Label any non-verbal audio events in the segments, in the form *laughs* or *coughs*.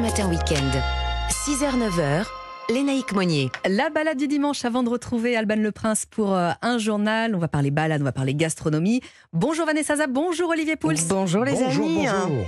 Matin Weekend. 6h-9h, Lénaïque Monnier. La balade du dimanche avant de retrouver Alban Le Prince pour euh, un journal. On va parler balade, on va parler gastronomie. Bonjour Vanessa Zab, bonjour Olivier Pouls. Bonjour les bonjour, amis. hein. bonjour.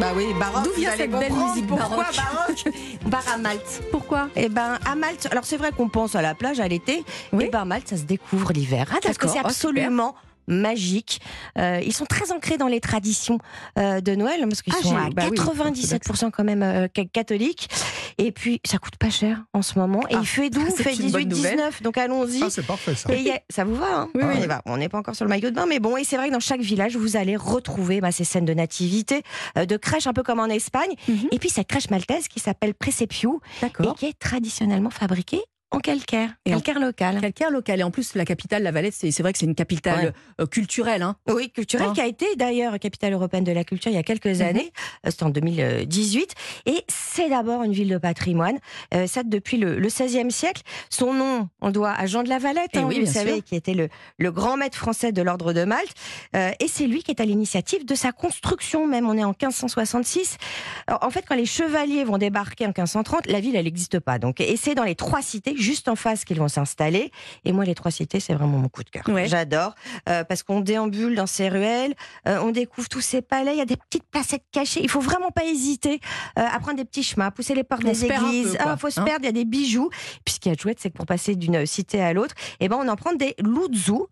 Bah oui, baroque. D'où vous vient allez cette belle comprendre musique pourquoi baroque baroque *laughs* Bar à Malte. Pourquoi Eh ben à Malte. Alors c'est vrai qu'on pense à la plage à l'été. Oui. Oui. Et ben Malte, ça se découvre l'hiver. Ah, Parce que d'accord. c'est Oh, super. absolument. magique. Euh, ils sont très ancrés dans les traditions euh, de Noël parce qu'ils Ah, sont j'ai- à bah oui, 97% quand même euh, ca- catholiques. Et puis ça coûte pas cher en ce moment. Et Ah, il fait *laughs* doux, ça, il c'est fait une 18, bonne nouvelle. 19. Donc allons-y. Ah, c'est parfait ça. Et il y a- ça vous va, hein Oui, oui. On y va. On n'est pas encore sur le maillot de bain, mais bon. Et c'est vrai que dans chaque village, vous allez retrouver bah, ces scènes de nativité, euh, de crèche, un peu comme en Espagne. Mhm. Et puis cette crèche maltaise qui s'appelle Presepiu et D'accord. qui est traditionnellement fabriquée en calcaire, Et en- calcaire local. Calcaire local. Et en plus, la capitale, la Valette, c'est c'est vrai que c'est une capitale Ouais. euh, culturelle. hein. Oui, culturelle, Ah. qui a été d'ailleurs capitale européenne de la culture il y a quelques Mhm. années. Euh, C'était en 2018. Et c'est d'abord une ville de patrimoine. Euh, ça, depuis le, le 16e siècle. Son nom, on le doit à Jean de la Valette, hein, Eh oui, vous bien savez, sûr. qui était le, le grand maître français de l'ordre de Malte. Euh, et c'est lui qui est à l'initiative de sa construction même. On est en 1566. Alors, en fait, quand les chevaliers vont débarquer en 1530, la ville, elle n'existe pas. Donc, et c'est dans les trois cités, juste en face, qu'ils vont s'installer. Et moi, les trois cités, c'est vraiment mon coup de cœur. Ouais. J'adore. euh, parce qu'on déambule dans ces ruelles, euh, on découvre tous ces palais. Il y a des petites placettes cachées. Il faut vraiment pas hésiter euh, à prendre des petits chemins, à pousser les portes On des se perd un peu, églises. quoi, Ah, faut se hein. perdre. Il y a des bijoux. Puis ce qui est chouette, c'est que pour passer d'une euh, cité à l'autre, eh ben, on en prend des loudzous.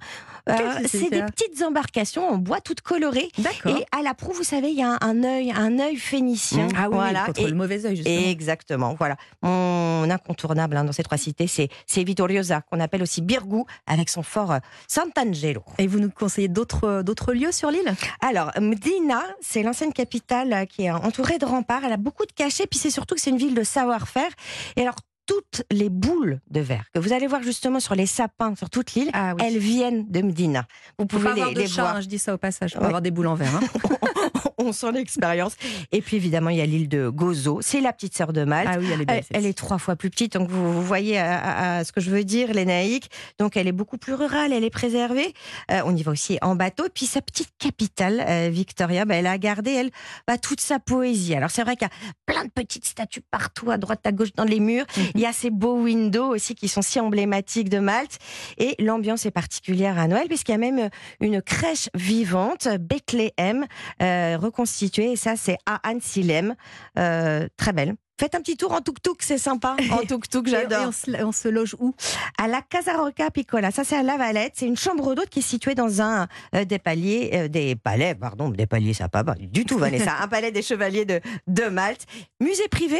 Euh, Qu'est-ce que c'est c'est que des ça petites embarcations en bois toutes colorées. D'accord. Et à la proue, vous savez, il y a un œil, un œil phénicien. Ah oui, voilà. contre Et- le mauvais œil, justement. Exactement, voilà. Mon incontournable hein, dans ces trois cités, c'est c'est Vittoriosa, qu'on appelle aussi Birgu, avec son fort euh, Sant'Angelo. Et vous nous conseillez d'autres euh, d'autres lieux sur l'île Alors, Mdina, c'est l'ancienne capitale euh, qui est entourée de remparts. Elle a beaucoup de cachets, puis c'est surtout que c'est une ville de savoir-faire. Et alors, toutes les boules de verre que vous allez voir justement sur les sapins sur toute l'île, Ah elles viennent de Mdina. Vous Faut pouvez pas avoir les, de les chat, voir. hein, je dis ça au passage. Faut pas Ouais. avoir des boules en *laughs* verre. hein. On sent l'expérience. Et puis évidemment, il y a l'île de Gozo. C'est la petite sœur de Malte. Ah oui, elle est Elle, belle. elle celle-ci. est trois fois plus petite, donc vous, vous voyez à, à- à ce que je veux dire, les naïques. Donc elle est beaucoup plus rurale, elle est préservée. Euh, on y va aussi en bateau. Puis sa petite capitale, euh, Victoria, bah, elle a gardé, elle, bah, toute sa poésie. Alors c'est vrai qu'il y a plein de petites statues partout, à droite, à gauche, dans les murs. Il y a ces beaux windows aussi qui sont si emblématiques de Malte. Et l'ambiance est particulière à Noël, puisqu'il y a même une crèche vivante, Bethléem, euh, reconstituée. Et ça, c'est à Ansilem. Euh, très belle. Faites un petit tour en tuk-tuk, c'est sympa. *laughs* En tuk-tuk, Et- et j'adore. on, se, on se loge où À la Casa Roca Piccola, ça c'est à La Valette. C'est une chambre d'hôte qui est située dans un euh, des paliers, euh, des palais, pardon, des paliers, ça va pas du tout, *laughs* Vanessa. un palais des chevaliers de, de Malte. Musée privé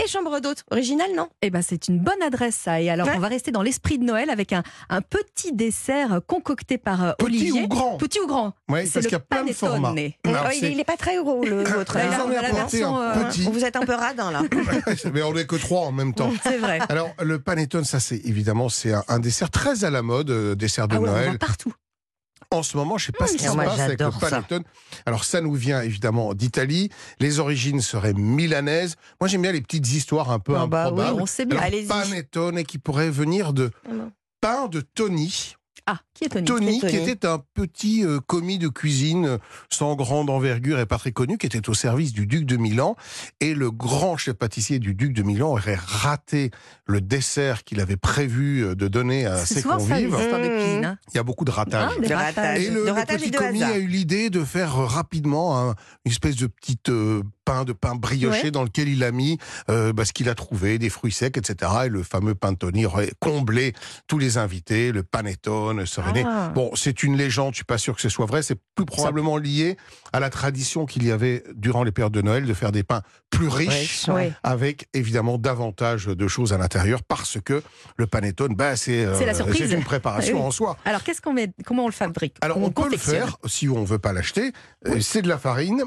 et chambre d'hôte. Original, non Eh ben, c'est une bonne adresse, ça. Et alors, Ouais. on va rester dans l'esprit de Noël avec un, un petit dessert concocté par euh, Petit Olivier. ou grand Petit ou grand Oui, parce C'est qu'il y le a plein de panettone. Mmh, formats. Alors, Oh, c'est- Il n'est pas très gros, *coughs* le vôtre. Bah, Ils là, en on ont a la apporté version, un euh, petit. Vous êtes un peu radin, *coughs* là. *laughs* Mais on n'est que trois en *laughs* même temps. C'est vrai. Alors, le panettone, ça, c'est évidemment, c'est un, un dessert très à la mode, euh, dessert de Ah ouais, on va Noël. partout. En ce moment, je sais pas ce qui se moi, passe avec le j'adore ça. panettone. Alors, ça nous vient évidemment d'Italie. Les origines seraient milanaises. Moi, j'aime bien les petites histoires un peu Ah bah oui, improbables. on sait bien. Alors, Allez-y. panettone qui pourrait venir de Alors. pain de Tony. Ah, qui est Tony Tony, c'est qui Tony. était un petit euh, commis de cuisine euh, sans grande envergure et pas très connu, qui était au service du duc de Milan. Et le grand chef pâtissier du duc de Milan aurait raté le dessert qu'il avait prévu euh, de donner à C'est ses souvent ça, les convives. histoires de Mmh. cuisine. hein. Il y a beaucoup de ratages. Hein, des De ratages. ratage. Et le, de le ratage et petit de commis hasard. a eu l'idée de faire euh, rapidement un- une espèce de petite euh, pain de pain brioché dans lequel il a mis euh, bah, ce qu'il a trouvé, des fruits secs, etc. Et le fameux pain de Tony aurait comblé tous les invités, le panettone serait né. Ah. Bon, c'est une légende, je suis pas sûr que ce soit vrai, c'est plus probablement lié à la tradition qu'il y avait durant les périodes de Noël de faire des pains plus riches. Ouais. Avec évidemment davantage de choses à l'intérieur parce que le panettone, bah, c'est euh, C'est la surprise. c'est une préparation Oui. en soi. Alors, qu'est-ce qu'on met Comment on le fabrique Alors, on, peut le confectionne. faire si on veut pas l'acheter. Euh, C'est de la farine,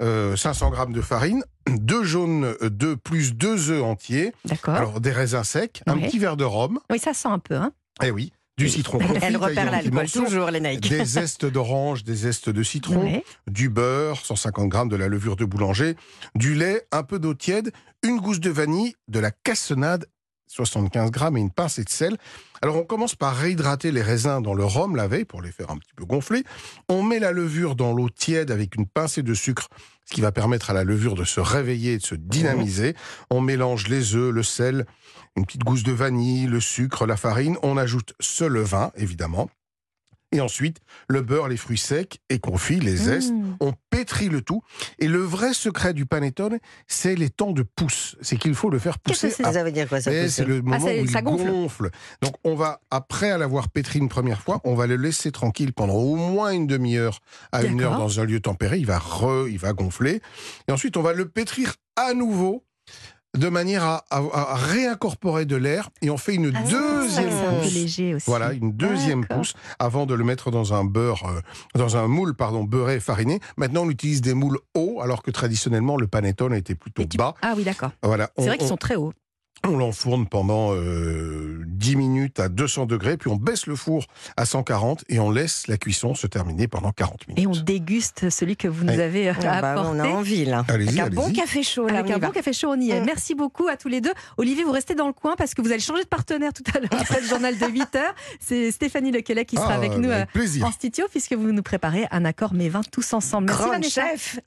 euh, 500 grammes de farine, *clears throat* deux jaunes d'œufs plus deux œufs entiers, D'accord. alors des raisins secs, un Ah. Ouais. petit verre de rhum, oui, ça sent un peu. Hein. eh oui, du citron confit, Elle taillé en repère petits l'alcool, morceaux, toujours, les naïques. des zestes d'orange, des zestes de citron, Ouais. du beurre, 150 grammes de la levure de boulanger, du lait, un peu d'eau tiède, une gousse de vanille, de la cassonade. 75 grammes et une pincée de sel. Alors on commence par réhydrater les raisins dans le rhum la veille pour les faire un petit peu gonfler. On met la levure dans l'eau tiède avec une pincée de sucre, ce qui va permettre à la levure de se réveiller et de se dynamiser. On mélange les œufs, le sel, une petite gousse de vanille, le sucre, la farine. On ajoute ce levain, évidemment. Et ensuite, le beurre, les fruits secs et confit, les zestes. Mmh. On pétrit le tout. Et le vrai secret du panettone, c'est les temps de pousse. C'est qu'il faut le faire Qu'est-ce pousser. que c'est à- Ça veut dire quoi ça Eh, pousse c'est le moment ça- où ça il gonfle. gonfle. Donc on va après l'avoir pétri une première fois, on va le laisser tranquille pendant au moins une demi-heure à une D'accord. heure dans un lieu tempéré. Il va re, il va gonfler. Et ensuite on va le pétrir à nouveau de manière à, à- à réincorporer de l'air et on fait une Ah, c'est pour ça deuxième que c'est un peu pousse. léger aussi. Voilà, une deuxième D'accord. pousse avant de le mettre dans un beurre, euh, dans un moule, pardon, beurré et fariné. Maintenant, on utilise des moules hauts, alors que traditionnellement, le panettone était plutôt Et tu- bas. Ah oui, d'accord. Voilà, C'est on- vrai qu'ils on- sont très hauts. on l'enfourne pendant euh, 10 minutes à 200 degrés, puis on baisse le four à 140 et on laisse la cuisson se terminer pendant 40 minutes. Et on déguste celui que vous nous Ouais. avez euh, Ah bah, on a apporté. envie là. Allez-y, Avec un bon allez-y. café chaud là. Avec on un y va. bon café chaud, on y est. Mm. Merci beaucoup à tous les deux. Olivier, vous restez dans le coin parce que vous allez changer de partenaire tout à l'heure après le journal de 8 heures. C'est Stéphanie Lequelec qui sera Ah, avec nous euh, plaisir. en studio puisque vous nous préparez un accord mais 20 tous ensemble. Merci Grande Vanessa. chef.